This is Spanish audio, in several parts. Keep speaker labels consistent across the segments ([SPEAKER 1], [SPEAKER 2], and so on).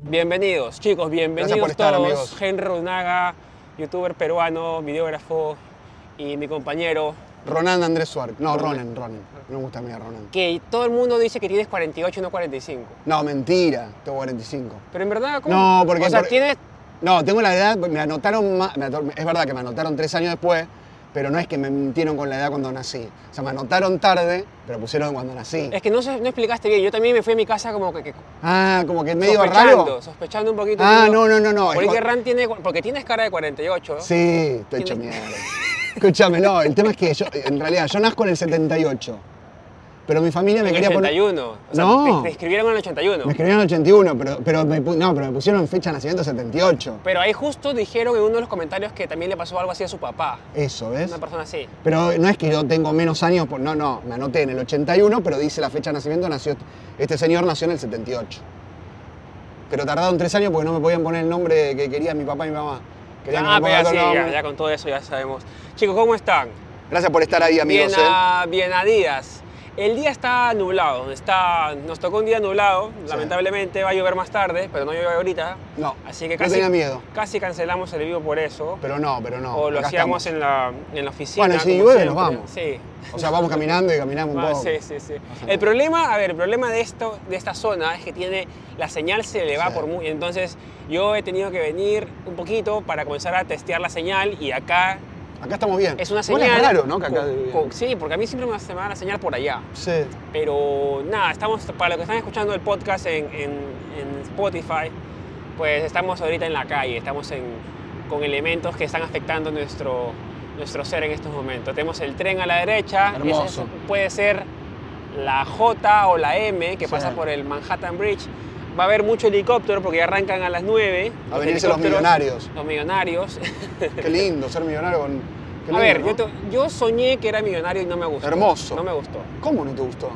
[SPEAKER 1] Bienvenidos, chicos, bienvenidos
[SPEAKER 2] Gracias por estar,
[SPEAKER 1] todos.
[SPEAKER 2] amigos.
[SPEAKER 1] Henry Runaga, youtuber peruano, videógrafo y mi compañero,
[SPEAKER 2] Ronan Andrés Suárez. No, Ronan, Ronan. No me gusta a mí Ronan.
[SPEAKER 1] que todo el mundo dice que tienes 48 y no 45.
[SPEAKER 2] No, mentira. Tengo 45.
[SPEAKER 1] Pero en verdad, ¿cómo?
[SPEAKER 2] No, porque-
[SPEAKER 1] O sea,
[SPEAKER 2] porque-
[SPEAKER 1] tienes...
[SPEAKER 2] No, tengo la edad, me anotaron, ma- me ator- es verdad que me anotaron tres años después, pero no es que me mintieron con la edad cuando nací. O sea, me anotaron tarde, pero pusieron cuando nací.
[SPEAKER 1] Es que no, se- no explicaste bien. Yo también me fui a mi casa como que... que
[SPEAKER 2] Ah, como que medio
[SPEAKER 1] sospechando,
[SPEAKER 2] raro.
[SPEAKER 1] sospechando un poquito.
[SPEAKER 2] Ah,
[SPEAKER 1] digo,
[SPEAKER 2] no, no, no, no. el
[SPEAKER 1] Porque
[SPEAKER 2] cua-
[SPEAKER 1] Ran tiene... Porque tienes cara de 48. ¿no?
[SPEAKER 2] Sí, estoy hecho mierda. Escúchame, no, el tema es que yo, en realidad, yo nazco en el 78, pero mi familia me
[SPEAKER 1] En el
[SPEAKER 2] quería poner...
[SPEAKER 1] 81. O sea,
[SPEAKER 2] No.
[SPEAKER 1] te, te escribieron en el 81.
[SPEAKER 2] Me escribieron en el 81, pero, pero, me, pu- no, pero me pusieron fecha de nacimiento 78.
[SPEAKER 1] Pero ahí justo dijeron en uno de los comentarios que también le pasó algo así a su papá.
[SPEAKER 2] Eso, ¿ves?
[SPEAKER 1] Una persona así.
[SPEAKER 2] Pero no es que yo tengo menos años, por- no, no, me anoté en el 81, pero dice la fecha de nacimiento, nació, este señor nació en el 78. Pero tardaron tres años porque no me podían poner el nombre que quería mi papá y mi mamá. Querían que
[SPEAKER 1] ah,
[SPEAKER 2] me
[SPEAKER 1] pero
[SPEAKER 2] ponga
[SPEAKER 1] ya,
[SPEAKER 2] otro
[SPEAKER 1] sí, ya,
[SPEAKER 2] nombre.
[SPEAKER 1] ya con todo eso ya sabemos. Chicos, ¿cómo están?
[SPEAKER 2] Gracias por estar ahí, amigos.
[SPEAKER 1] bien, ah,
[SPEAKER 2] ¿eh?
[SPEAKER 1] a, bien a días. El día está nublado, está, nos tocó un día nublado, lamentablemente va a llover más tarde, pero no llueve ahorita,
[SPEAKER 2] No,
[SPEAKER 1] así que
[SPEAKER 2] yo
[SPEAKER 1] casi,
[SPEAKER 2] tenía miedo.
[SPEAKER 1] casi cancelamos el vivo por eso,
[SPEAKER 2] Pero no, pero no.
[SPEAKER 1] o lo
[SPEAKER 2] acá
[SPEAKER 1] hacíamos
[SPEAKER 2] estamos.
[SPEAKER 1] en la, en la oficina.
[SPEAKER 2] Bueno, si
[SPEAKER 1] como
[SPEAKER 2] llueve, nos
[SPEAKER 1] siempre.
[SPEAKER 2] vamos.
[SPEAKER 1] Sí.
[SPEAKER 2] O sea, vamos caminando y caminamos un
[SPEAKER 1] Ah,
[SPEAKER 2] poco.
[SPEAKER 1] sí, sí, sí. El
[SPEAKER 2] nada.
[SPEAKER 1] problema, a ver, el problema de, esto, de esta zona es que tiene, la señal se le va
[SPEAKER 2] Sí.
[SPEAKER 1] por muy, entonces yo he tenido que venir un poquito para comenzar a testear la señal y acá
[SPEAKER 2] Acá estamos bien.
[SPEAKER 1] es una
[SPEAKER 2] Igual
[SPEAKER 1] señal...
[SPEAKER 2] es raro, ¿no? Que acá...
[SPEAKER 1] con- con- sí, porque a mí siempre me se me va la señal por allá.
[SPEAKER 2] Sí.
[SPEAKER 1] Pero nada, estamos, para los que están escuchando el podcast en, en- en Spotify, pues estamos ahorita en la calle, estamos en, con elementos que están afectando nuestro, nuestro ser en estos momentos. Tenemos el tren a la derecha,
[SPEAKER 2] Hermoso.
[SPEAKER 1] ese es- puede ser la J o la M que
[SPEAKER 2] Sí.
[SPEAKER 1] pasa por el Manhattan Bridge. Va a haber mucho helicóptero porque arrancan a las 9.
[SPEAKER 2] A venirse los millonarios.
[SPEAKER 1] Los millonarios.
[SPEAKER 2] Qué lindo ser millonario con... qué
[SPEAKER 1] a
[SPEAKER 2] lindo,
[SPEAKER 1] ver,
[SPEAKER 2] ¿no?
[SPEAKER 1] yo, te- yo soñé que era millonario y no me gustó.
[SPEAKER 2] Hermoso.
[SPEAKER 1] No me gustó.
[SPEAKER 2] ¿Cómo no te gustó?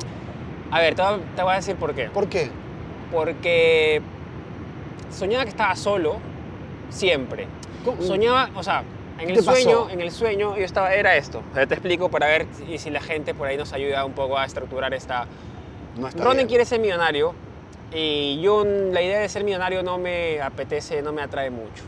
[SPEAKER 1] A ver, te, voy a- te voy a decir por qué.
[SPEAKER 2] ¿Por qué?
[SPEAKER 1] porque soñaba que estaba solo siempre.
[SPEAKER 2] ¿Cómo?
[SPEAKER 1] Soñaba, o sea, en
[SPEAKER 2] Mm. ¿Qué
[SPEAKER 1] el
[SPEAKER 2] te pasó?
[SPEAKER 1] sueño, en el sueño yo estaba era esto. O sea, te explico para ver si, si la gente por ahí nos ayuda un poco a estructurar esta.
[SPEAKER 2] No está
[SPEAKER 1] Ronen
[SPEAKER 2] bien.
[SPEAKER 1] quiere ser millonario y yo la idea de ser millonario no me apetece, no me atrae mucho.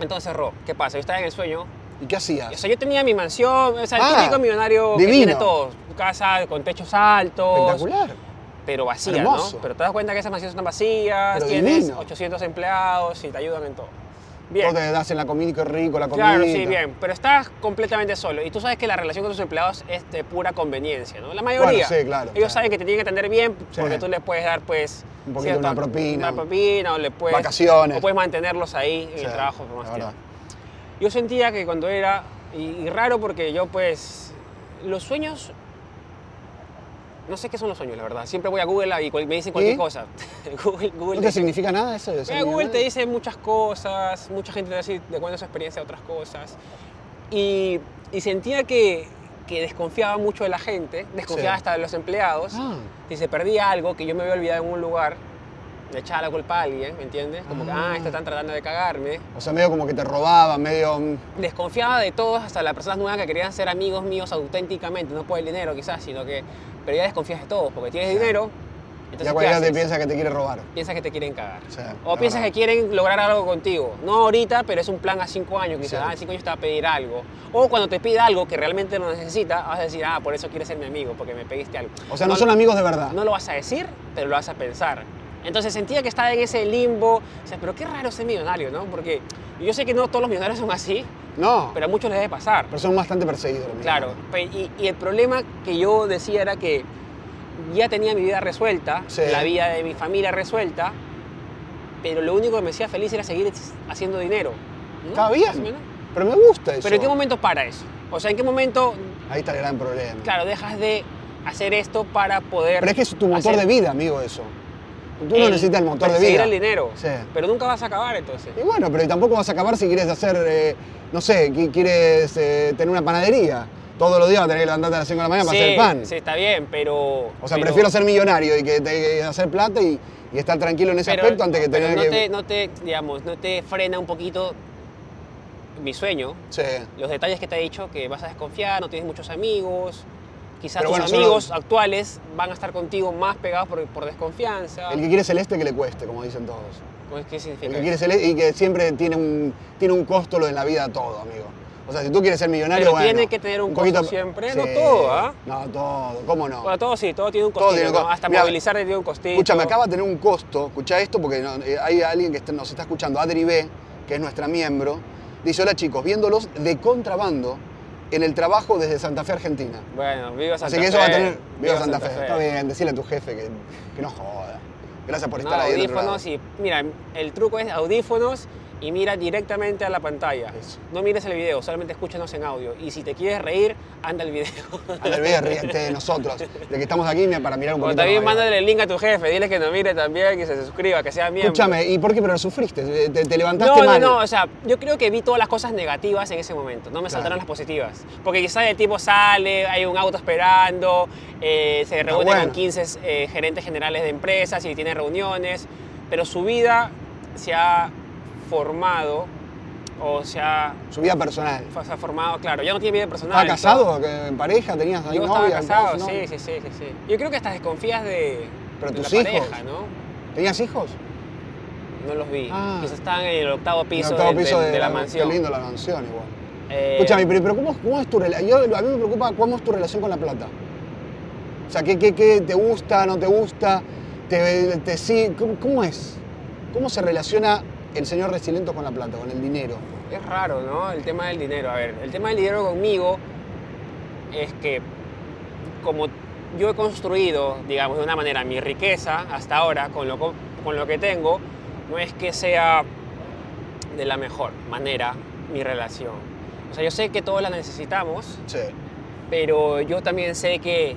[SPEAKER 1] Entonces, Ro, ¿qué pasa? Yo estaba en el sueño
[SPEAKER 2] ¿Y qué hacías?
[SPEAKER 1] o sea, yo tenía mi mansión, o sea, el
[SPEAKER 2] Ah,
[SPEAKER 1] típico millonario que
[SPEAKER 2] divino.
[SPEAKER 1] tiene todo. Casa con techos altos.
[SPEAKER 2] Espectacular.
[SPEAKER 1] Pero vacía,
[SPEAKER 2] Hermoso.
[SPEAKER 1] ¿no? Pero te das cuenta que esas mansiones están vacías,
[SPEAKER 2] Pero
[SPEAKER 1] tienes
[SPEAKER 2] divino.
[SPEAKER 1] 800 empleados y te ayudan en todo. Bien.
[SPEAKER 2] Todo te das en la comida, qué rico la comida.
[SPEAKER 1] Claro, sí, bien. Pero estás completamente solo. Y tú sabes que la relación con tus empleados es de pura conveniencia, ¿no? La mayoría.
[SPEAKER 2] Bueno, sí, claro,
[SPEAKER 1] Ellos
[SPEAKER 2] claro.
[SPEAKER 1] saben que te tienen que atender bien
[SPEAKER 2] Sí.
[SPEAKER 1] porque tú les puedes dar, pues.
[SPEAKER 2] Un poquito de una propina.
[SPEAKER 1] Una propina o le puedes.
[SPEAKER 2] Vacaciones.
[SPEAKER 1] O puedes mantenerlos ahí en
[SPEAKER 2] Sí,
[SPEAKER 1] el trabajo por más
[SPEAKER 2] la
[SPEAKER 1] tiempo.
[SPEAKER 2] verdad.
[SPEAKER 1] Yo sentía que cuando era. Y, y raro porque yo, pues. Los sueños. No sé qué son los sueños, la verdad. Siempre voy a Google y cual- me dicen cualquier
[SPEAKER 2] ¿Y?
[SPEAKER 1] cosa. Google, Google
[SPEAKER 2] ¿No
[SPEAKER 1] te
[SPEAKER 2] te significa nada eso de ser
[SPEAKER 1] eh, Google te
[SPEAKER 2] millonario?
[SPEAKER 1] dice muchas cosas, mucha gente te dice de cuando su experiencia otras cosas. Y, y sentía que, que desconfiaba mucho de la gente, desconfiaba
[SPEAKER 2] Sí.
[SPEAKER 1] hasta de los empleados.
[SPEAKER 2] Ah,
[SPEAKER 1] Si se perdía algo que yo me había olvidado en un lugar, le echaba la culpa a alguien, ¿me entiendes? Como que,
[SPEAKER 2] Ah.
[SPEAKER 1] ah, estos están tratando de cagarme.
[SPEAKER 2] o sea, medio como que te robaban, medio. mm,
[SPEAKER 1] Desconfiaba de todos, hasta las personas nuevas que querían ser amigos míos auténticamente, no por el dinero quizás, sino que, pero ya desconfías de todos, porque tienes
[SPEAKER 2] Sí.
[SPEAKER 1] dinero, entonces
[SPEAKER 2] ya
[SPEAKER 1] ¿qué
[SPEAKER 2] cualquiera te
[SPEAKER 1] haces?
[SPEAKER 2] piensa que te quiere robar.
[SPEAKER 1] piensas que te quieren cagar.
[SPEAKER 2] Sí,
[SPEAKER 1] O
[SPEAKER 2] la
[SPEAKER 1] piensas
[SPEAKER 2] verdad.
[SPEAKER 1] que quieren lograr algo contigo. No ahorita, pero es un plan a cinco años. Quizás
[SPEAKER 2] Sí.
[SPEAKER 1] ah, en cinco años te va a pedir algo. O cuando te pida algo que realmente no necesita, vas a decir, ah, por eso quieres ser mi amigo, porque me pediste algo.
[SPEAKER 2] O sea, no, son amigos de verdad.
[SPEAKER 1] No lo vas a decir, pero lo vas a pensar. Entonces sentía que estaba en ese limbo. O sea, pero qué raro ser millonario, ¿no? Porque yo sé que no todos los millonarios son así,
[SPEAKER 2] No,
[SPEAKER 1] pero a muchos les debe pasar.
[SPEAKER 2] pero son bastante perseguidos. los
[SPEAKER 1] Claro.
[SPEAKER 2] millonarios.
[SPEAKER 1] pe- Y, y el problema que yo decía era que ya tenía mi vida resuelta,
[SPEAKER 2] Sí.
[SPEAKER 1] la vida de mi familia resuelta, pero lo único que me hacía feliz era seguir haciendo dinero. ¿no?
[SPEAKER 2] Está
[SPEAKER 1] Más o
[SPEAKER 2] bien.
[SPEAKER 1] menos.
[SPEAKER 2] Pero me gusta eso.
[SPEAKER 1] Pero ¿en qué momento para eso? O sea, ¿en qué momento,
[SPEAKER 2] Ahí está el gran problema.
[SPEAKER 1] claro, dejas de hacer esto para poder...
[SPEAKER 2] Pero es que es tu motor
[SPEAKER 1] hacer
[SPEAKER 2] de vida, amigo, eso. Tú no
[SPEAKER 1] el-
[SPEAKER 2] necesitas el motor de
[SPEAKER 1] perseguir
[SPEAKER 2] vida.
[SPEAKER 1] el dinero.
[SPEAKER 2] Sí.
[SPEAKER 1] Pero nunca vas a acabar entonces.
[SPEAKER 2] Y bueno, pero tampoco vas a acabar si quieres hacer, eh, no sé, qui- quieres eh, tener una panadería. Todos los días vas a tener que levantarte a las 5 de la mañana para hacer pan.
[SPEAKER 1] sí, está bien, pero...
[SPEAKER 2] O sea,
[SPEAKER 1] pero-
[SPEAKER 2] prefiero ser millonario y que te, hacer plata y, y estar tranquilo en ese
[SPEAKER 1] Pero-
[SPEAKER 2] aspecto antes que
[SPEAKER 1] pero
[SPEAKER 2] tener
[SPEAKER 1] no
[SPEAKER 2] que.
[SPEAKER 1] Te, no te, digamos, no te frena un poquito mi sueño,
[SPEAKER 2] Sí.
[SPEAKER 1] los detalles que te he dicho, que vas a desconfiar, no tienes muchos amigos, quizás
[SPEAKER 2] Pero
[SPEAKER 1] tus
[SPEAKER 2] bueno, solo-
[SPEAKER 1] amigos actuales van a estar contigo más pegados por, por desconfianza.
[SPEAKER 2] El que quiere celeste que le cueste, como dicen todos.
[SPEAKER 1] ¿Cómo es- ¿Qué significa?
[SPEAKER 2] El que
[SPEAKER 1] eso?
[SPEAKER 2] quiere celeste y que siempre tiene un, tiene un costo lo en la vida todo, amigo. O sea, si tú quieres ser millonario,
[SPEAKER 1] Pero
[SPEAKER 2] bueno,
[SPEAKER 1] tiene que tener un costo siempre, no
[SPEAKER 2] Sí.
[SPEAKER 1] todo, ¿ah?
[SPEAKER 2] No todo, ¿cómo no?
[SPEAKER 1] Bueno, todo sí, todo tiene un
[SPEAKER 2] Todo
[SPEAKER 1] costito,
[SPEAKER 2] tiene un co-
[SPEAKER 1] ¿no? hasta
[SPEAKER 2] Mira,
[SPEAKER 1] movilizarte tiene un costito.
[SPEAKER 2] Escucha, me acaba de tener un costo, escucha esto porque no- eh, hay alguien que está- nos está escuchando, Adri B, que es nuestra miembro, dice, hola chicos, viéndolos de contrabando en el trabajo desde Santa Fe, Argentina.
[SPEAKER 1] Bueno, viva Santa
[SPEAKER 2] Así que eso va a
[SPEAKER 1] Fe,
[SPEAKER 2] tener... Viva Santa, Fe. Está bien, decile a tu jefe que, que no joda. Gracias por
[SPEAKER 1] No,
[SPEAKER 2] estar ahí. del otro
[SPEAKER 1] audífonos
[SPEAKER 2] lado.
[SPEAKER 1] y mira, el truco es audífonos y mira directamente a la pantalla.
[SPEAKER 2] Eso.
[SPEAKER 1] No mires el video, solamente escúchanos en audio. Y si te quieres reír, anda el video.
[SPEAKER 2] Andrés Vélez, ríete de nosotros, de que estamos aquí mira, para mirar un
[SPEAKER 1] O
[SPEAKER 2] poquito.
[SPEAKER 1] también
[SPEAKER 2] la novela.
[SPEAKER 1] mándale el link a tu jefe, dile que nos mire también, que se suscriba, que sea miembro.
[SPEAKER 2] Escúchame, ¿y por qué? Pero sufriste, te, te levantaste
[SPEAKER 1] No, no,
[SPEAKER 2] mal.
[SPEAKER 1] no, o sea, yo creo que vi todas las cosas negativas en ese momento, no me saltaron las positivas. Porque quizás el tipo sale, hay un auto esperando, eh, se reúne
[SPEAKER 2] Ah, bueno.
[SPEAKER 1] con 15 eh, gerentes generales de empresas y tiene reuniones, pero su vida se ha formado, o se ha,
[SPEAKER 2] Su vida personal.
[SPEAKER 1] se ha formado, claro, ya no tiene vida personal.
[SPEAKER 2] ¿Estabas casado? ¿Que- ¿En pareja? ¿Tenías ahí
[SPEAKER 1] Yo estaba
[SPEAKER 2] novia?
[SPEAKER 1] casado,
[SPEAKER 2] entonces,
[SPEAKER 1] sí,
[SPEAKER 2] no?
[SPEAKER 1] sí, sí, sí, sí. Yo creo que hasta desconfías de,
[SPEAKER 2] Pero
[SPEAKER 1] de
[SPEAKER 2] tus
[SPEAKER 1] la
[SPEAKER 2] hijos.
[SPEAKER 1] pareja, ¿no?
[SPEAKER 2] ¿Tenías hijos?
[SPEAKER 1] No los vi.
[SPEAKER 2] Ah.
[SPEAKER 1] Quizás estaban en el octavo piso,
[SPEAKER 2] En el octavo
[SPEAKER 1] de,
[SPEAKER 2] piso
[SPEAKER 1] de- de la,
[SPEAKER 2] Qué
[SPEAKER 1] mansión.
[SPEAKER 2] lindo la mansión igual.
[SPEAKER 1] Eh,
[SPEAKER 2] Escúchame, pero, pero ¿cómo, cómo es tu relación? A mí me preocupa cómo es tu relación con la plata. O sea, ¿qué, qué, qué te gusta, no te gusta? ¿Te, te sí? ¿Cómo, cómo es? ¿Cómo se relaciona el señor Resilento con la plata, con el dinero?
[SPEAKER 1] Es raro, ¿no? El tema del dinero. A ver, el tema del dinero conmigo es que como yo he construido, digamos, de una manera mi riqueza hasta ahora con lo, co- con lo que tengo, no es que sea de la mejor manera mi relación. O sea, yo sé que todos la necesitamos,
[SPEAKER 2] Sí.
[SPEAKER 1] pero yo también sé que,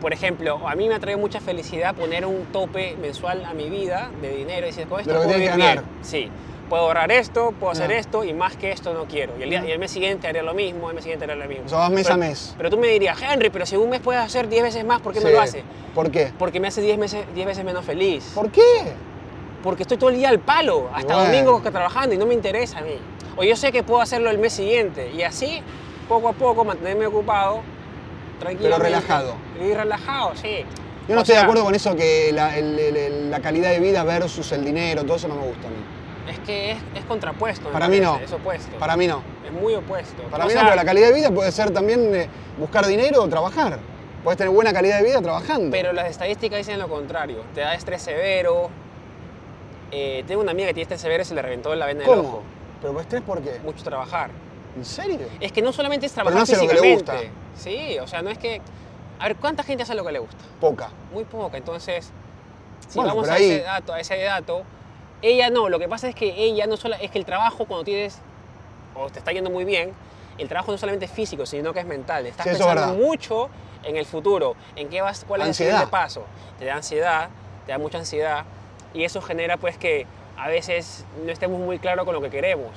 [SPEAKER 1] por ejemplo, a mí me ha traído mucha felicidad poner un tope mensual a mi vida de dinero y decir, con esto
[SPEAKER 2] lo que
[SPEAKER 1] puedo
[SPEAKER 2] tienes que
[SPEAKER 1] vivir bien".
[SPEAKER 2] ganar.
[SPEAKER 1] Sí, puedo ahorrar esto, puedo hacer
[SPEAKER 2] Ah.
[SPEAKER 1] esto y más que esto no quiero. Y el, día- y el mes siguiente haré lo mismo, el mes siguiente haré lo mismo.
[SPEAKER 2] O sea, vas mes
[SPEAKER 1] Pero-
[SPEAKER 2] a mes.
[SPEAKER 1] Pero tú me dirías, Henry, pero si un mes puedes hacer 10 veces más, ¿por qué no
[SPEAKER 2] Sí.
[SPEAKER 1] lo haces?
[SPEAKER 2] ¿Por qué?
[SPEAKER 1] Porque me hace 10 meses- 10 veces menos feliz.
[SPEAKER 2] ¿Por qué?
[SPEAKER 1] Porque estoy todo el día al palo, hasta
[SPEAKER 2] Bueno.
[SPEAKER 1] domingo que trabajando y no me interesa a mí. O yo sé que puedo hacerlo el mes siguiente y así, poco a poco, mantenerme ocupado, tranquilo.
[SPEAKER 2] Pero relajado.
[SPEAKER 1] Y relajado, sí.
[SPEAKER 2] Yo no
[SPEAKER 1] O
[SPEAKER 2] estoy
[SPEAKER 1] sea,
[SPEAKER 2] de acuerdo con eso que la, el- el- el- la calidad de vida versus el dinero, todo eso no me gusta a mí.
[SPEAKER 1] Es que es, es contrapuesto. me
[SPEAKER 2] Para mí no.
[SPEAKER 1] parece, Es opuesto.
[SPEAKER 2] Para mí no.
[SPEAKER 1] Es muy opuesto.
[SPEAKER 2] Para
[SPEAKER 1] O
[SPEAKER 2] mí
[SPEAKER 1] sea,
[SPEAKER 2] no, porque la calidad de vida puede ser también eh, buscar dinero o trabajar. Puedes tener buena calidad de vida trabajando.
[SPEAKER 1] Pero las estadísticas dicen lo contrario. Te da estrés severo. Eh, tengo una amiga que tiene estrés severo y se le reventó la vena del
[SPEAKER 2] ¿Cómo?
[SPEAKER 1] ojo.
[SPEAKER 2] ¿Pero por estrés por qué?
[SPEAKER 1] Mucho trabajar.
[SPEAKER 2] ¿En serio?
[SPEAKER 1] Es que no solamente es
[SPEAKER 2] Pero
[SPEAKER 1] trabajar
[SPEAKER 2] no hace lo que le
[SPEAKER 1] físicamente.
[SPEAKER 2] gusta.
[SPEAKER 1] Sí, o sea, no es que. A ver, ¿cuánta gente hace lo que le gusta?
[SPEAKER 2] Poca.
[SPEAKER 1] Muy poca. Entonces, si
[SPEAKER 2] Bueno,
[SPEAKER 1] vamos
[SPEAKER 2] pero
[SPEAKER 1] a,
[SPEAKER 2] ahí-
[SPEAKER 1] ese dato, a ese dato, ella no. Lo que pasa es que ella no solo. Es que el trabajo, cuando tienes. O te está yendo muy bien, el trabajo no solamente es físico, sino que es mental. Estás
[SPEAKER 2] Sí, eso es
[SPEAKER 1] pensando
[SPEAKER 2] verdad.
[SPEAKER 1] mucho en el futuro, en qué vas, cuál es el
[SPEAKER 2] Ansiedad.
[SPEAKER 1] siguiente paso. Te da ansiedad, te da mucha ansiedad. Y eso genera, pues, que a veces no estemos muy claros con lo que queremos.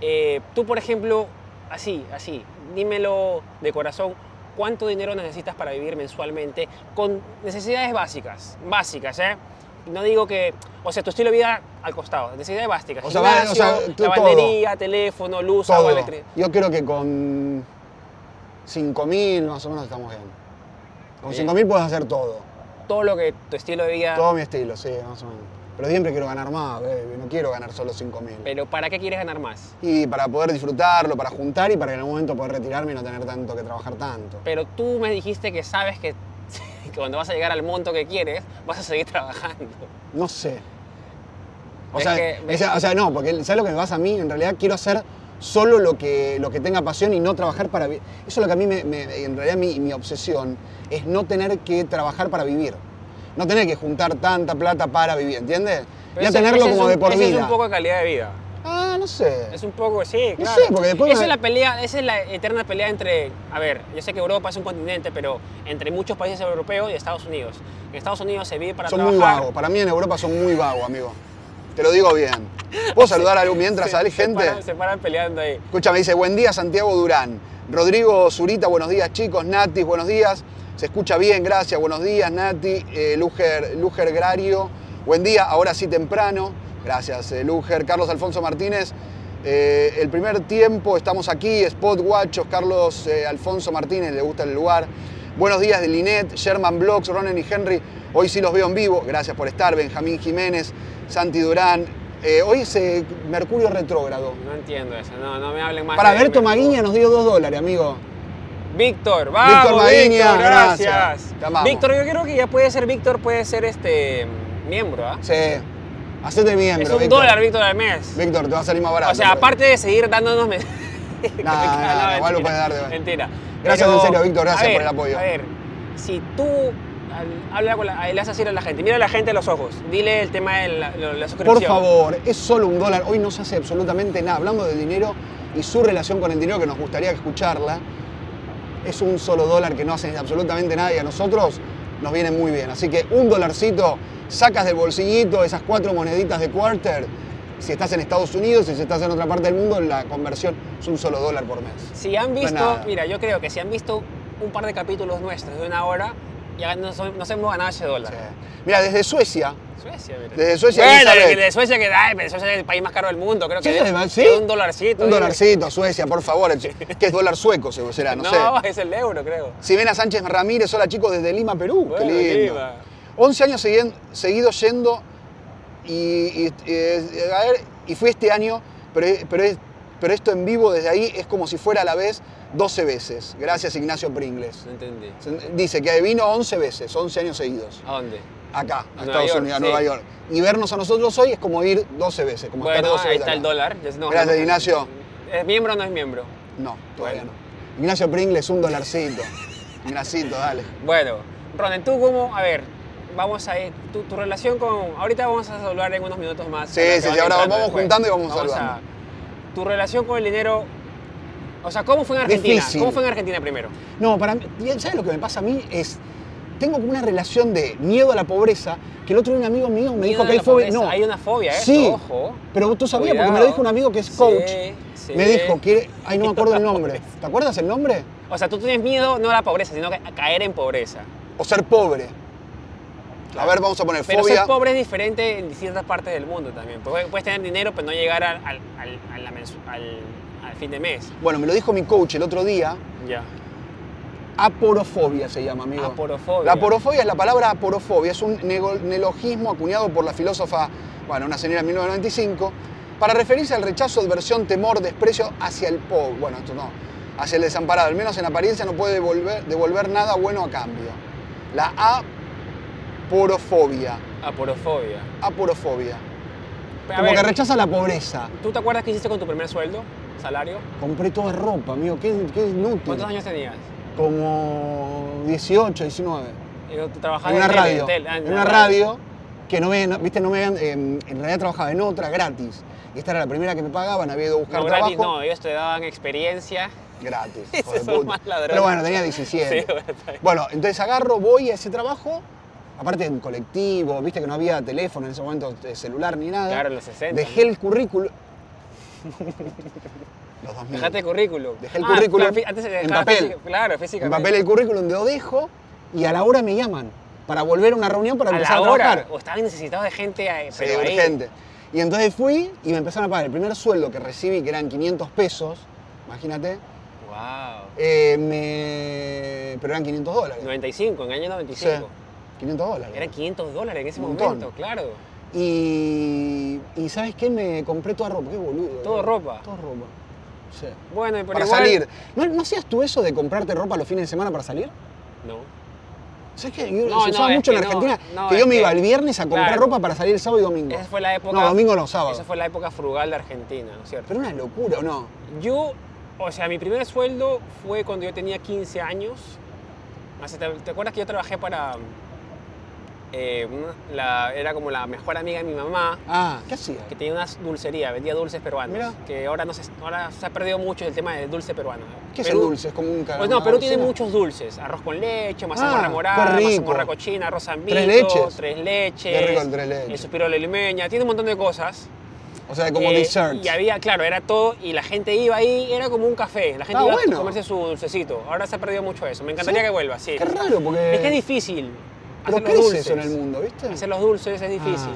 [SPEAKER 1] Eh, tú, por ejemplo, así, así, dímelo de corazón, ¿cuánto dinero necesitas para vivir mensualmente con necesidades básicas? Básicas, ¿eh? No digo que, o sea, tu estilo de vida al costado, necesidades básicas.
[SPEAKER 2] O sea, va- o
[SPEAKER 1] gimnasio,
[SPEAKER 2] sea, tú todo.
[SPEAKER 1] lavandería, teléfono, luz, agua,
[SPEAKER 2] Todo.
[SPEAKER 1] electricidad.
[SPEAKER 2] Yo creo que con 5.000 más o menos estamos bien. Con
[SPEAKER 1] Bien. Ah.
[SPEAKER 2] 5.000 puedes hacer todo.
[SPEAKER 1] Todo lo que tu estilo de vida...
[SPEAKER 2] Todo mi estilo, sí, más o menos. Pero siempre quiero ganar más, baby. No quiero ganar solo 5.000.
[SPEAKER 1] Pero ¿para qué quieres ganar más?
[SPEAKER 2] Y para poder disfrutarlo, para juntar y para que en algún momento poder retirarme y no tener tanto que trabajar tanto.
[SPEAKER 1] Pero tú me dijiste que sabes que, que cuando vas a llegar al monto que quieres, vas a seguir trabajando.
[SPEAKER 2] No sé. O
[SPEAKER 1] Es
[SPEAKER 2] sea,
[SPEAKER 1] que-
[SPEAKER 2] o sea- o sea, no, porque ¿sabes lo que me pasa a mí? En realidad quiero hacer solo lo que, lo que tenga pasión y no trabajar para vivir. Eso es lo que a mí, me, me- en realidad, mi, mi obsesión es no tener que trabajar para vivir. No tener que juntar tanta plata para vivir, ¿entiendes?
[SPEAKER 1] Pero
[SPEAKER 2] ya
[SPEAKER 1] ese-
[SPEAKER 2] tenerlo
[SPEAKER 1] ese es
[SPEAKER 2] como
[SPEAKER 1] un-
[SPEAKER 2] de por
[SPEAKER 1] ese
[SPEAKER 2] vida.
[SPEAKER 1] es un poco de calidad de vida.
[SPEAKER 2] Ah, no sé.
[SPEAKER 1] Es un poco, sí,
[SPEAKER 2] No
[SPEAKER 1] claro.
[SPEAKER 2] sé, porque después
[SPEAKER 1] Esa
[SPEAKER 2] me-
[SPEAKER 1] es la pelea, esa es la eterna pelea entre, a ver, yo sé que Europa es un continente, pero entre muchos países europeos y Estados Unidos. En Estados Unidos se vive para
[SPEAKER 2] Son muy
[SPEAKER 1] trabajar.
[SPEAKER 2] vagos. Para mí en Europa son muy vagos, amigo. Te lo digo bien. ¿Puedo saludar a algún mientras sale
[SPEAKER 1] Se
[SPEAKER 2] gente?
[SPEAKER 1] paran, se paran peleando ahí.
[SPEAKER 2] Escucha, me dice, buen día Santiago Durán. Rodrigo Zurita, buenos días chicos. Natis, buenos días. Se escucha bien, gracias. Buenos días, Nati. Eh, Luger, Luger Grario. Buen día, ahora sí temprano. Gracias, eh, Luger. Carlos Alfonso Martínez. eh, el primer tiempo estamos aquí, Spot Guachos, Carlos eh, Alfonso Martínez, le gusta el lugar. Buenos días de Linet, Sherman Blocks, Ronen y Henry. Hoy sí los veo en vivo. Gracias por estar, Benjamín Jiménez, Santi Durán. Eh, hoy es eh, Mercurio retrógrado.
[SPEAKER 1] No entiendo eso, no, no me hablen más.
[SPEAKER 2] Para
[SPEAKER 1] de
[SPEAKER 2] Berto
[SPEAKER 1] Mercurio.
[SPEAKER 2] Maguiña nos dio 2 dólares, amigo.
[SPEAKER 1] Víctor, vamos. Víctor
[SPEAKER 2] Maguiña, gracias.
[SPEAKER 1] gracias.
[SPEAKER 2] Te amamos.
[SPEAKER 1] Víctor, yo creo que ya puede ser Víctor, puede ser este miembro, ¿ah?
[SPEAKER 2] Sí. Hacete miembro.
[SPEAKER 1] Es un
[SPEAKER 2] Víctor.
[SPEAKER 1] dólar, Víctor, al mes.
[SPEAKER 2] Víctor, te va a salir más barato.
[SPEAKER 1] o sea,
[SPEAKER 2] pero-
[SPEAKER 1] aparte de seguir dándonos men-
[SPEAKER 2] No, no, no, igual lo
[SPEAKER 1] mentira,
[SPEAKER 2] puedes dar de-
[SPEAKER 1] Mentira.
[SPEAKER 2] Gracias, en serio, Víctor, gracias
[SPEAKER 1] a ver,
[SPEAKER 2] por el apoyo.
[SPEAKER 1] A ver, si tú al- habla con la- ah, le haces ir a la gente, mira a la gente a los ojos, dile el tema de la, lo- la suscripción.
[SPEAKER 2] Por favor, es solo un dólar. Hoy no se hace absolutamente nada. Hablando de dinero y su relación con el dinero, que nos gustaría escucharla, es un solo dólar que no hace absolutamente nada y a nosotros nos viene muy bien. Así que un dolarcito, sacas del bolsillito esas cuatro moneditas de quarter. Si estás en Estados Unidos, y si estás en otra parte del mundo, la conversión es un solo dólar por mes.
[SPEAKER 1] Si han
[SPEAKER 2] No es
[SPEAKER 1] visto,
[SPEAKER 2] nada.
[SPEAKER 1] mira, yo creo que si han visto un par de capítulos nuestros de una hora, ya nos, nos hemos ganado ese dólar.
[SPEAKER 2] Mira, desde Suecia,
[SPEAKER 1] Suecia, mira.
[SPEAKER 2] Desde Suecia,
[SPEAKER 1] Bueno,
[SPEAKER 2] Elizabeth.
[SPEAKER 1] desde Suecia que ay, pero Suecia es el país más caro del mundo, creo que
[SPEAKER 2] Sí,
[SPEAKER 1] es.
[SPEAKER 2] además, sí.
[SPEAKER 1] Es Un dolarcito. eh.
[SPEAKER 2] un
[SPEAKER 1] dime.
[SPEAKER 2] dolarcito, Suecia, por favor, que es dólar sueco, se- será, no,
[SPEAKER 1] No,
[SPEAKER 2] sé.
[SPEAKER 1] es el euro, creo.
[SPEAKER 2] Silvina Sánchez Ramírez, hola chicos desde Lima, Perú.
[SPEAKER 1] Bueno,
[SPEAKER 2] Qué lindo.
[SPEAKER 1] Lima.
[SPEAKER 2] 11 años seguidos yendo y, y- eh, a ver, y fui este año, pero, pero, es- pero esto en vivo desde ahí es como si fuera a la vez 12 veces. Gracias Ignacio Pringles.
[SPEAKER 1] No entendí.
[SPEAKER 2] Dice que vino 11 veces, 11 años seguidos,
[SPEAKER 1] ¿A dónde?
[SPEAKER 2] acá, a
[SPEAKER 1] Nueva
[SPEAKER 2] Estados
[SPEAKER 1] York,
[SPEAKER 2] Unidos, a
[SPEAKER 1] sí.
[SPEAKER 2] Nueva York. Y vernos a nosotros hoy es como ir 12 veces, como estar
[SPEAKER 1] Bueno,
[SPEAKER 2] 12
[SPEAKER 1] ahí
[SPEAKER 2] veces
[SPEAKER 1] está el
[SPEAKER 2] acá.
[SPEAKER 1] dólar. ya se nos
[SPEAKER 2] Gracias,
[SPEAKER 1] ganamos.
[SPEAKER 2] Ignacio.
[SPEAKER 1] ¿Es miembro o no es miembro?
[SPEAKER 2] No, todavía
[SPEAKER 1] Bueno.
[SPEAKER 2] no. Ignacio Pringles, un dolarcito. Ignacito, dale.
[SPEAKER 1] Bueno, Ronen, tú cómo, a ver, vamos a ir, tu, tu relación con, ahorita vamos a saludar en unos minutos más.
[SPEAKER 2] Sí,
[SPEAKER 1] a los que
[SPEAKER 2] sí,
[SPEAKER 1] van
[SPEAKER 2] sí, ahora
[SPEAKER 1] entrando
[SPEAKER 2] vamos
[SPEAKER 1] después.
[SPEAKER 2] juntando y vamos
[SPEAKER 1] a-
[SPEAKER 2] saludando.
[SPEAKER 1] Tu relación con el dinero, o sea, ¿cómo fue en Argentina?
[SPEAKER 2] Difícil.
[SPEAKER 1] ¿Cómo fue en Argentina primero?
[SPEAKER 2] No, para mí, ¿sabes lo que me pasa a mí? Es, tengo como una relación de miedo a la pobreza, que el otro día un amigo mío me
[SPEAKER 1] Miedo
[SPEAKER 2] dijo que
[SPEAKER 1] a
[SPEAKER 2] hay
[SPEAKER 1] la
[SPEAKER 2] fobia.
[SPEAKER 1] pobreza,
[SPEAKER 2] No,
[SPEAKER 1] Hay una fobia, ¿eh?
[SPEAKER 2] Sí.
[SPEAKER 1] Ojo.
[SPEAKER 2] pero tú sabías, porque me lo
[SPEAKER 1] Cuidado.
[SPEAKER 2] dijo un amigo que es
[SPEAKER 1] Sí,
[SPEAKER 2] coach.
[SPEAKER 1] sí.
[SPEAKER 2] Me dijo que, ay, no me acuerdo el nombre. ¿Te acuerdas el nombre?
[SPEAKER 1] O sea, tú tienes miedo no a la pobreza, sino a caer en pobreza.
[SPEAKER 2] O ser pobre. A ver, vamos a poner
[SPEAKER 1] Pero
[SPEAKER 2] fobia.
[SPEAKER 1] ser pobre es diferente en distintas partes del mundo también. Puedes, puedes tener dinero, pero no llegar al, al, al- a la mensu- al- al fin de mes.
[SPEAKER 2] Bueno, me lo dijo mi coach el otro día.
[SPEAKER 1] Ya.
[SPEAKER 2] Aporofobia se llama, amigo.
[SPEAKER 1] Aporofobia.
[SPEAKER 2] La aporofobia es la palabra aporofobia, es un nego- neologismo acuñado por la filósofa, bueno, una señora en 1995, para referirse al rechazo, adversión, temor, desprecio hacia el pobre, bueno, esto no, hacia el desamparado, al menos en apariencia no puede devolver, devolver nada bueno a cambio. La aporofobia,
[SPEAKER 1] Aporofobia.
[SPEAKER 2] aporofobia,
[SPEAKER 1] A
[SPEAKER 2] como
[SPEAKER 1] ver,
[SPEAKER 2] que rechaza la pobreza.
[SPEAKER 1] ¿Tú te acuerdas qué hiciste con tu primer sueldo? ¿Salario?
[SPEAKER 2] Compré toda ropa, amigo, qué, qué inútil.
[SPEAKER 1] ¿Cuántos años tenías?
[SPEAKER 2] Como 18, 19.
[SPEAKER 1] Eh, ¿Tú trabajabas
[SPEAKER 2] en una
[SPEAKER 1] en tele,
[SPEAKER 2] radio,
[SPEAKER 1] en tele, ah,
[SPEAKER 2] en una radio que no me, no- viste, no me habían, eh, en realidad trabajaba en otra gratis. Y esta era la primera que me pagaban, había ido a buscar
[SPEAKER 1] No,
[SPEAKER 2] trabajo.
[SPEAKER 1] gratis no, ellos te daban experiencia.
[SPEAKER 2] Gratis,
[SPEAKER 1] Esos
[SPEAKER 2] hijo de
[SPEAKER 1] son
[SPEAKER 2] puta.
[SPEAKER 1] más ladrones.
[SPEAKER 2] Pero bueno, tenía
[SPEAKER 1] Sí,
[SPEAKER 2] 17.
[SPEAKER 1] bueno, está bien.
[SPEAKER 2] bueno, entonces agarro, voy a ese trabajo, aparte en colectivo, viste que no había teléfono en ese momento, eh, celular ni nada.
[SPEAKER 1] Claro, en los 60.
[SPEAKER 2] Dejé el currículum. los 2000.
[SPEAKER 1] Dejaste el currículum.
[SPEAKER 2] Dejé el
[SPEAKER 1] Ah,
[SPEAKER 2] currículum
[SPEAKER 1] claro, fí- antes se
[SPEAKER 2] en
[SPEAKER 1] dejaba
[SPEAKER 2] papel.
[SPEAKER 1] física- Claro, físicamente.
[SPEAKER 2] En papel el currículum, lo dejo y a la hora me llaman para volver a una reunión para
[SPEAKER 1] a
[SPEAKER 2] empezar
[SPEAKER 1] la
[SPEAKER 2] a
[SPEAKER 1] hora.
[SPEAKER 2] trabajar.
[SPEAKER 1] O estaban necesitados de gente eh,
[SPEAKER 2] Sí,
[SPEAKER 1] pero ahí-
[SPEAKER 2] urgente. Y entonces fui y me empezaron a pagar el primer sueldo que recibí, que eran 500 pesos, imagínate,
[SPEAKER 1] Wow.
[SPEAKER 2] eh, me- pero eran 500 dólares.
[SPEAKER 1] 95, en el año
[SPEAKER 2] Sí,
[SPEAKER 1] 95.
[SPEAKER 2] 500 dólares.
[SPEAKER 1] Eran 500 dólares en ese
[SPEAKER 2] Un montón.
[SPEAKER 1] momento, claro.
[SPEAKER 2] Y, y ¿sabes qué? Me compré toda ropa, qué boludo.
[SPEAKER 1] Todo ropa.
[SPEAKER 2] Todo ropa. Sí.
[SPEAKER 1] Bueno, pero
[SPEAKER 2] Para
[SPEAKER 1] igual-
[SPEAKER 2] salir. ¿No, no hacías tú eso de comprarte ropa los fines de semana para salir?
[SPEAKER 1] No.
[SPEAKER 2] ¿Sabes qué? Yo-
[SPEAKER 1] No,
[SPEAKER 2] se
[SPEAKER 1] no,
[SPEAKER 2] usaba
[SPEAKER 1] es
[SPEAKER 2] mucho en
[SPEAKER 1] que no,
[SPEAKER 2] Argentina
[SPEAKER 1] no,
[SPEAKER 2] que
[SPEAKER 1] es
[SPEAKER 2] yo me
[SPEAKER 1] que-
[SPEAKER 2] iba el viernes a comprar
[SPEAKER 1] claro.
[SPEAKER 2] ropa para salir el sábado y domingo.
[SPEAKER 1] Esa fue la época.
[SPEAKER 2] No, domingo no, sábado.
[SPEAKER 1] Esa fue la época frugal de Argentina, ¿no es cierto?
[SPEAKER 2] Pero una locura, ¿o no?
[SPEAKER 1] Yo, o sea, mi primer sueldo fue cuando yo tenía 15 años. Hace- ¿Te, te acuerdas que yo trabajé para. eh, una- la- era como la mejor amiga de mi mamá,
[SPEAKER 2] Ah, ¿qué hacías?
[SPEAKER 1] que tenía una dulcería, vendía dulces peruanos.
[SPEAKER 2] Mira.
[SPEAKER 1] Que ahora, no se, ahora se ha perdido mucho el tema del dulce peruano.
[SPEAKER 2] ¿Qué es el
[SPEAKER 1] Perú-
[SPEAKER 2] dulce? Es como un
[SPEAKER 1] Pues
[SPEAKER 2] caramelo,
[SPEAKER 1] no, Perú tiene
[SPEAKER 2] ¿sí, no?
[SPEAKER 1] muchos dulces. Arroz con leche, mazamorra
[SPEAKER 2] Ah,
[SPEAKER 1] morada,
[SPEAKER 2] qué rico.
[SPEAKER 1] mazamorra cochina, arroz ambito,
[SPEAKER 2] leches.
[SPEAKER 1] tres leches,
[SPEAKER 2] Qué rico el tres leches.
[SPEAKER 1] el suspiro de la limeña. Tiene un montón de cosas.
[SPEAKER 2] O sea, como
[SPEAKER 1] Eh,
[SPEAKER 2] dessert.
[SPEAKER 1] Y había, claro, era todo, y la gente iba ahí, era como un café. La gente
[SPEAKER 2] Ah,
[SPEAKER 1] iba
[SPEAKER 2] bueno.
[SPEAKER 1] a comerse su dulcecito. Ahora se ha perdido mucho eso. Me encantaría
[SPEAKER 2] ¿Sí?
[SPEAKER 1] que vuelva, sí.
[SPEAKER 2] Qué raro, porque.
[SPEAKER 1] Es que es difícil.
[SPEAKER 2] Pero
[SPEAKER 1] hacer los
[SPEAKER 2] crece eso en
[SPEAKER 1] dulces.
[SPEAKER 2] el mundo, ¿viste?
[SPEAKER 1] Hacer los dulces es
[SPEAKER 2] Ah.
[SPEAKER 1] difícil.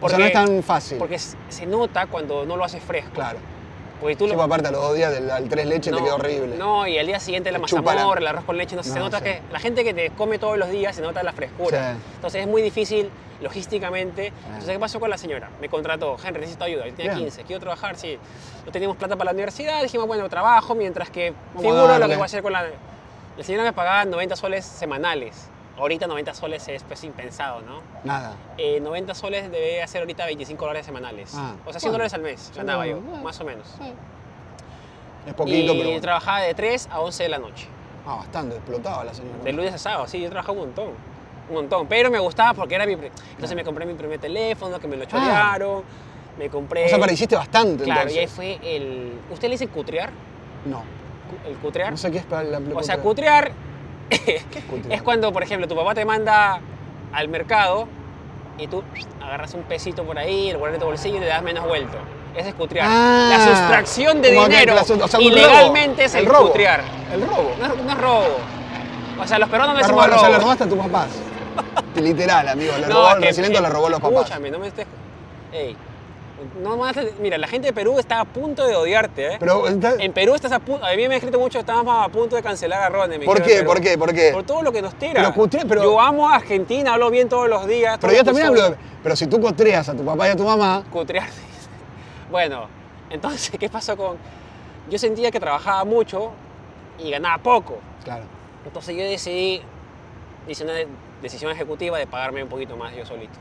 [SPEAKER 2] O sea, no es tan fácil.
[SPEAKER 1] Porque s- se nota cuando no lo haces fresco.
[SPEAKER 2] Claro.
[SPEAKER 1] Porque tú
[SPEAKER 2] Sí,
[SPEAKER 1] lo-
[SPEAKER 2] pues, aparte, a los dos días del al tres leche te
[SPEAKER 1] no,
[SPEAKER 2] queda horrible.
[SPEAKER 1] No, y al día siguiente la
[SPEAKER 2] Te chupa la-
[SPEAKER 1] mazamorra, el arroz con leche, entonces se
[SPEAKER 2] No,
[SPEAKER 1] nota
[SPEAKER 2] sí.
[SPEAKER 1] que la gente que te come todos los días se nota la frescura.
[SPEAKER 2] Sí.
[SPEAKER 1] Entonces es muy difícil logísticamente. Entonces, ¿qué pasó con la señora? Me contrató, Henry, necesito ayuda, yo tenía
[SPEAKER 2] Bien.
[SPEAKER 1] 15, quiero trabajar, sí. No teníamos plata para la universidad, dijimos, bueno, trabajo, mientras que
[SPEAKER 2] Vamos a
[SPEAKER 1] figuro lo
[SPEAKER 2] darle.
[SPEAKER 1] que voy a hacer con la... La señora me pagaba 90 soles semanales. Ahorita 90 soles es pues impensado, ¿no?
[SPEAKER 2] Nada.
[SPEAKER 1] Eh, 90 soles debe hacer ahorita 25 dólares semanales.
[SPEAKER 2] Ah,
[SPEAKER 1] o sea, 100
[SPEAKER 2] bueno.
[SPEAKER 1] dólares al mes
[SPEAKER 2] Sí,
[SPEAKER 1] ganaba yo,
[SPEAKER 2] bueno.
[SPEAKER 1] más o menos.
[SPEAKER 2] Es poquito,
[SPEAKER 1] y
[SPEAKER 2] pero. bueno.
[SPEAKER 1] trabajaba de 3 a 11 de la noche.
[SPEAKER 2] Ah, bastante, explotaba la señora.
[SPEAKER 1] De lunes a sábado, sí, yo trabajaba un montón. Un montón. Pero me gustaba porque era mi. pri- Entonces me compré mi primer teléfono, que me lo chorearon. Me compré.
[SPEAKER 2] Ah. O sea, pero hiciste bastante
[SPEAKER 1] eh, Claro, y ahí
[SPEAKER 2] entonces.
[SPEAKER 1] fue el. ¿Usted le dice cutrear?
[SPEAKER 2] No.
[SPEAKER 1] Cu- ¿El cutrear?
[SPEAKER 2] No sé qué es para la
[SPEAKER 1] o sea, cutrear
[SPEAKER 2] ¿Qué es cutre?
[SPEAKER 1] es cuando, por ejemplo, tu papá te manda al mercado y tú agarras un pesito por ahí, lo guardas en tu bolsillo y le das menos vuelto. Ese es cutrear.
[SPEAKER 2] Ah,
[SPEAKER 1] la sustracción de
[SPEAKER 2] como que
[SPEAKER 1] dinero
[SPEAKER 2] la su- o sea, un robo.
[SPEAKER 1] ilegalmente es el,
[SPEAKER 2] El robo.
[SPEAKER 1] cutrear.
[SPEAKER 2] El robo.
[SPEAKER 1] No, es- no es robo. O sea, los peruanos no
[SPEAKER 2] La
[SPEAKER 1] decimos
[SPEAKER 2] robaron, o sea, la
[SPEAKER 1] robo.
[SPEAKER 2] robaste a tus papás. Literal, amigo. La
[SPEAKER 1] No,
[SPEAKER 2] robó
[SPEAKER 1] es
[SPEAKER 2] el
[SPEAKER 1] que-
[SPEAKER 2] residente,
[SPEAKER 1] eh,
[SPEAKER 2] la robó los papás.
[SPEAKER 1] Escúchame, no me estés. Ey, no me haces- Mira, la gente de Perú está a punto de odiarte, ¿eh?
[SPEAKER 2] Pero,
[SPEAKER 1] en Perú estás a punto. A mí me han escrito mucho, estábamos a punto de cancelar a Ronnie. me
[SPEAKER 2] ¿por
[SPEAKER 1] dijeron
[SPEAKER 2] qué?
[SPEAKER 1] en Perú.
[SPEAKER 2] ¿Por qué? ¿Por qué?
[SPEAKER 1] Por todo lo que nos tira.
[SPEAKER 2] Pero cutre- pero-
[SPEAKER 1] Yo amo a Argentina, hablo bien todos los días. todo
[SPEAKER 2] Pero yo
[SPEAKER 1] lo
[SPEAKER 2] también
[SPEAKER 1] que
[SPEAKER 2] hablo
[SPEAKER 1] soy.
[SPEAKER 2] de... Pero si tú cotreas a tu papá y a tu mamá,
[SPEAKER 1] Cutrear. bueno, entonces, ¿qué pasó con.? Yo sentía que trabajaba mucho y ganaba poco.
[SPEAKER 2] claro.
[SPEAKER 1] Entonces yo decidí, hice una de- decisión ejecutiva de pagarme un poquito más yo solito.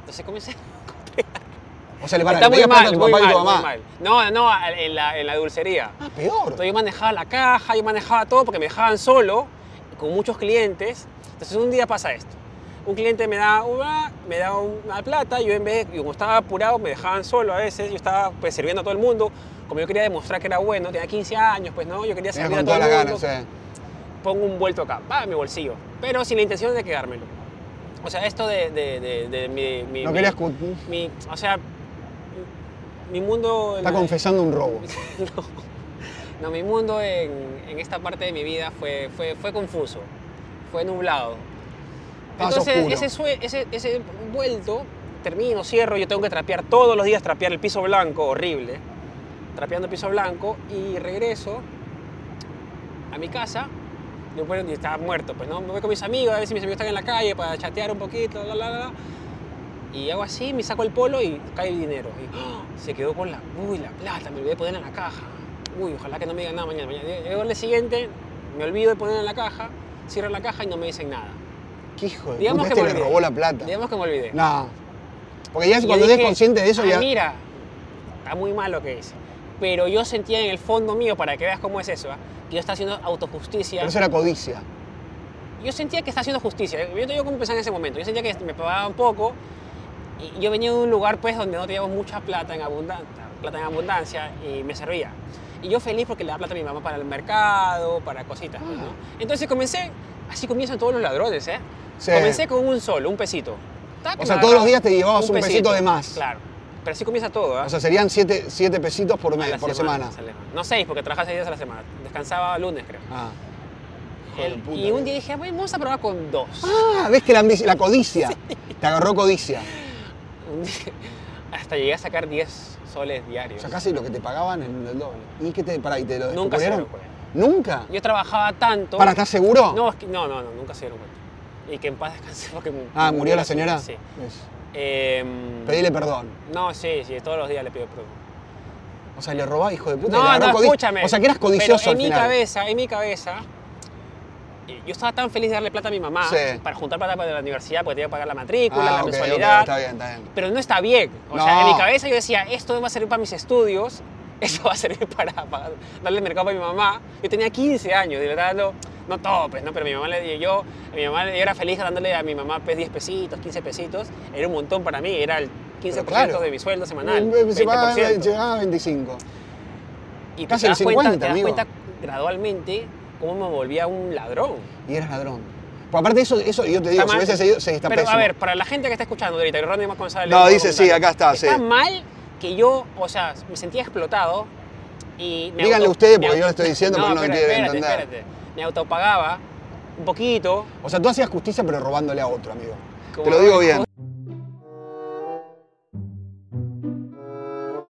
[SPEAKER 1] Entonces comencé.
[SPEAKER 2] O sea, le van a
[SPEAKER 1] Está muy
[SPEAKER 2] pedir plata a
[SPEAKER 1] mal,
[SPEAKER 2] tu
[SPEAKER 1] muy
[SPEAKER 2] papá y
[SPEAKER 1] mal,
[SPEAKER 2] tu
[SPEAKER 1] muy
[SPEAKER 2] mamá.
[SPEAKER 1] mal. No, no, a- en la, en la dulcería.
[SPEAKER 2] Ah, peor.
[SPEAKER 1] Entonces yo manejaba la caja, yo manejaba todo porque me dejaban solo, con muchos clientes. Entonces un día pasa esto. Un cliente me da una, me da una plata, yo en vez, yo como estaba apurado, me dejaban solo a veces, yo estaba pues sirviendo a todo el mundo, como yo quería demostrar que era bueno, tenía 15 años, pues no, yo quería
[SPEAKER 2] Mira,
[SPEAKER 1] servir a
[SPEAKER 2] con
[SPEAKER 1] todo
[SPEAKER 2] todas
[SPEAKER 1] el
[SPEAKER 2] las
[SPEAKER 1] mundo
[SPEAKER 2] ganas, o sea.
[SPEAKER 1] pongo un vuelto acá, va a mi bolsillo, pero sin la intención de quedármelo. O sea, esto de, de- de- de mi, mi-
[SPEAKER 2] No
[SPEAKER 1] mi-
[SPEAKER 2] querías... cu-
[SPEAKER 1] mi- O sea, mi mundo... en
[SPEAKER 2] Está
[SPEAKER 1] la-
[SPEAKER 2] confesando un robo.
[SPEAKER 1] no, no, mi mundo en, en esta parte de mi vida fue, fue, fue confuso, fue nublado.
[SPEAKER 2] Estaba
[SPEAKER 1] Entonces,
[SPEAKER 2] oscuro.
[SPEAKER 1] ese, sue- ese, ese vuelto, termino, cierro, yo tengo que trapear todos los días, trapear el piso blanco, horrible, trapeando el piso blanco, y regreso a mi casa, yo bueno, y estaba muerto, pues no, me voy con mis amigos, a ver si mis amigos están en la calle para chatear un poquito, la, la, la, la. Y hago así, me saco el polo y cae el dinero. Y ¡ah! se quedó con la, uy, la plata, me olvidé de ponerla en la caja. Uy, ojalá que no me digan nada mañana. mañana. Llego al día siguiente, me olvido de ponerla en la caja, cierro la caja y no me dicen nada.
[SPEAKER 2] Qué hijo de puta,
[SPEAKER 1] Digamos que
[SPEAKER 2] este
[SPEAKER 1] me
[SPEAKER 2] le
[SPEAKER 1] olvidé.
[SPEAKER 2] robó la plata.
[SPEAKER 1] Digamos que me olvidé.
[SPEAKER 2] No. Porque ya
[SPEAKER 1] Y yo
[SPEAKER 2] cuando eres
[SPEAKER 1] dije,
[SPEAKER 2] consciente de eso
[SPEAKER 1] "Ah,
[SPEAKER 2] ya...
[SPEAKER 1] Mira, está muy mal lo que hice. Pero yo sentía en el fondo mío, para que veas cómo es eso, ¿ah? que yo estaba haciendo autojusticia.
[SPEAKER 2] Pero eso era codicia.
[SPEAKER 1] Yo sentía que estaba haciendo justicia. Yo, yo como pensaba en ese momento. Yo sentía que me pagaban un poco. Y yo venía de un lugar pues donde no teníamos mucha plata en abundancia, plata en abundancia y me servía. Y yo feliz porque le daba plata a mi mamá para el mercado, para cositas. pues, ¿no? Entonces comencé, así comienzan todos los ladrones, ¿eh?
[SPEAKER 2] Ah. Sí.
[SPEAKER 1] Comencé con un sol, un pesito. Tac,
[SPEAKER 2] O sea,
[SPEAKER 1] me
[SPEAKER 2] todos los
[SPEAKER 1] agarraba
[SPEAKER 2] días te llevabas un pesito de más.
[SPEAKER 1] Claro. Pero así comienza todo, ¿eh?
[SPEAKER 2] O sea, serían 7 pesitos por
[SPEAKER 1] A
[SPEAKER 2] mes,
[SPEAKER 1] la
[SPEAKER 2] por semana.
[SPEAKER 1] sale más. No seis, porque trabajaba seis días a la semana. Descansaba lunes, creo.
[SPEAKER 2] Ah.
[SPEAKER 1] El- y un día dije, "Ah, "Bueno, vamos a probar con dos.
[SPEAKER 2] Ah, ves que la, ambici- la codicia. Te agarró codicia.
[SPEAKER 1] Un día- hasta llegué a sacar 10 soles diarios.
[SPEAKER 2] O sea, casi lo que te pagaban en el doble. ¿Y qué te pará, y te lo
[SPEAKER 1] Nunca se
[SPEAKER 2] descubrieron?
[SPEAKER 1] dieron cuenta.
[SPEAKER 2] ¿Nunca?
[SPEAKER 1] Yo trabajaba tanto.
[SPEAKER 2] ¿Para, estás seguro?
[SPEAKER 1] No, es que- no, no, no, nunca se dieron cuenta. Y que en paz descanse porque. mu-
[SPEAKER 2] Ah, ¿murió la señora?
[SPEAKER 1] Sí.
[SPEAKER 2] Ves.
[SPEAKER 1] Em,
[SPEAKER 2] Pedile perdón.
[SPEAKER 1] No, sí, sí, todos los días le pido perdón.
[SPEAKER 2] O sea, le robás, hijo de puta. y le
[SPEAKER 1] No,
[SPEAKER 2] agarró
[SPEAKER 1] no,
[SPEAKER 2] codi-
[SPEAKER 1] escúchame.
[SPEAKER 2] O sea, que eras
[SPEAKER 1] Pero
[SPEAKER 2] codicioso
[SPEAKER 1] en
[SPEAKER 2] al
[SPEAKER 1] mi
[SPEAKER 2] final.
[SPEAKER 1] cabeza, en mi cabeza, eh, yo estaba tan feliz de darle plata a mi mamá
[SPEAKER 2] Sí.
[SPEAKER 1] para juntar plata para la universidad porque tenía que pagar la matrícula,
[SPEAKER 2] Ah,
[SPEAKER 1] la
[SPEAKER 2] ok, ok,
[SPEAKER 1] mensualidad.
[SPEAKER 2] está bien, está bien.
[SPEAKER 1] pero no está bien. O
[SPEAKER 2] No.
[SPEAKER 1] sea, en mi cabeza yo decía, esto va a servir para mis estudios, esto va a servir para, para darle mercado para mi mamá. Yo tenía 15 años, de verdad, no, no todo, pues, ¿no? Pero mi mamá le yo, a mi mamá, yo era feliz dándole a mi mamá pues, 10 pesitos, 15 pesitos. Era un montón para mí, era el 15%
[SPEAKER 2] claro.
[SPEAKER 1] de mi sueldo semanal.
[SPEAKER 2] Mm, Se pagaba
[SPEAKER 1] 20%.
[SPEAKER 2] llegaba a 25.
[SPEAKER 1] y te
[SPEAKER 2] casi el
[SPEAKER 1] das
[SPEAKER 2] 50,
[SPEAKER 1] cuenta, te das
[SPEAKER 2] amigo.
[SPEAKER 1] cuenta gradualmente cómo me volvía un ladrón.
[SPEAKER 2] Y eras ladrón. Pues aparte de eso, eso yo te
[SPEAKER 1] Está
[SPEAKER 2] digo, si
[SPEAKER 1] mal.
[SPEAKER 2] hubiese seguido, sí, está
[SPEAKER 1] Pero a
[SPEAKER 2] pésimo.
[SPEAKER 1] ver, para la gente que está escuchando ahorita, y Ronnie más González.
[SPEAKER 2] No,
[SPEAKER 1] puedo
[SPEAKER 2] dice, sí,
[SPEAKER 1] comentar.
[SPEAKER 2] acá está, sí.
[SPEAKER 1] Está mal que yo, o sea, me sentía explotado y me
[SPEAKER 2] Díganle
[SPEAKER 1] auto-
[SPEAKER 2] ustedes,
[SPEAKER 1] me
[SPEAKER 2] porque
[SPEAKER 1] auto-
[SPEAKER 2] yo lo estoy diciendo, porque no lo
[SPEAKER 1] pero
[SPEAKER 2] quiere
[SPEAKER 1] espérate,
[SPEAKER 2] entender.
[SPEAKER 1] espérate. Me autopagaba un poquito.
[SPEAKER 2] O sea, tú hacías justicia pero robándole a otro, amigo.
[SPEAKER 1] como
[SPEAKER 2] Te lo digo bien.